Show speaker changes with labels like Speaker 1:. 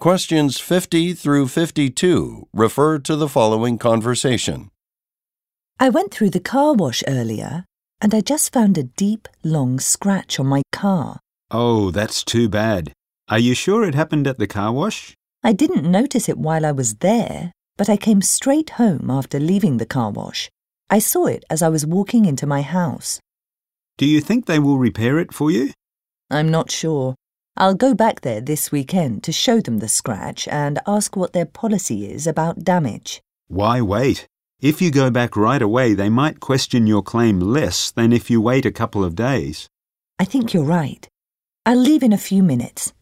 Speaker 1: Questions 50 through 52 refer to the following conversation.
Speaker 2: I went through the car wash earlier and I just found a deep, long scratch on my car.
Speaker 3: Oh, that's too bad. Are you sure it happened at the car wash?
Speaker 2: I didn't notice it while I was there, but I came straight home after leaving the car wash. I saw it as I was walking into my house.
Speaker 3: Do you think they will repair it for you?
Speaker 2: I'm not sure. I'll go back there this weekend to show them the scratch and ask what their policy is about damage.
Speaker 3: Why wait? If you go back right away, they might question your claim less than if you wait a couple of days.
Speaker 2: I think you're right. I'll leave in a few minutes.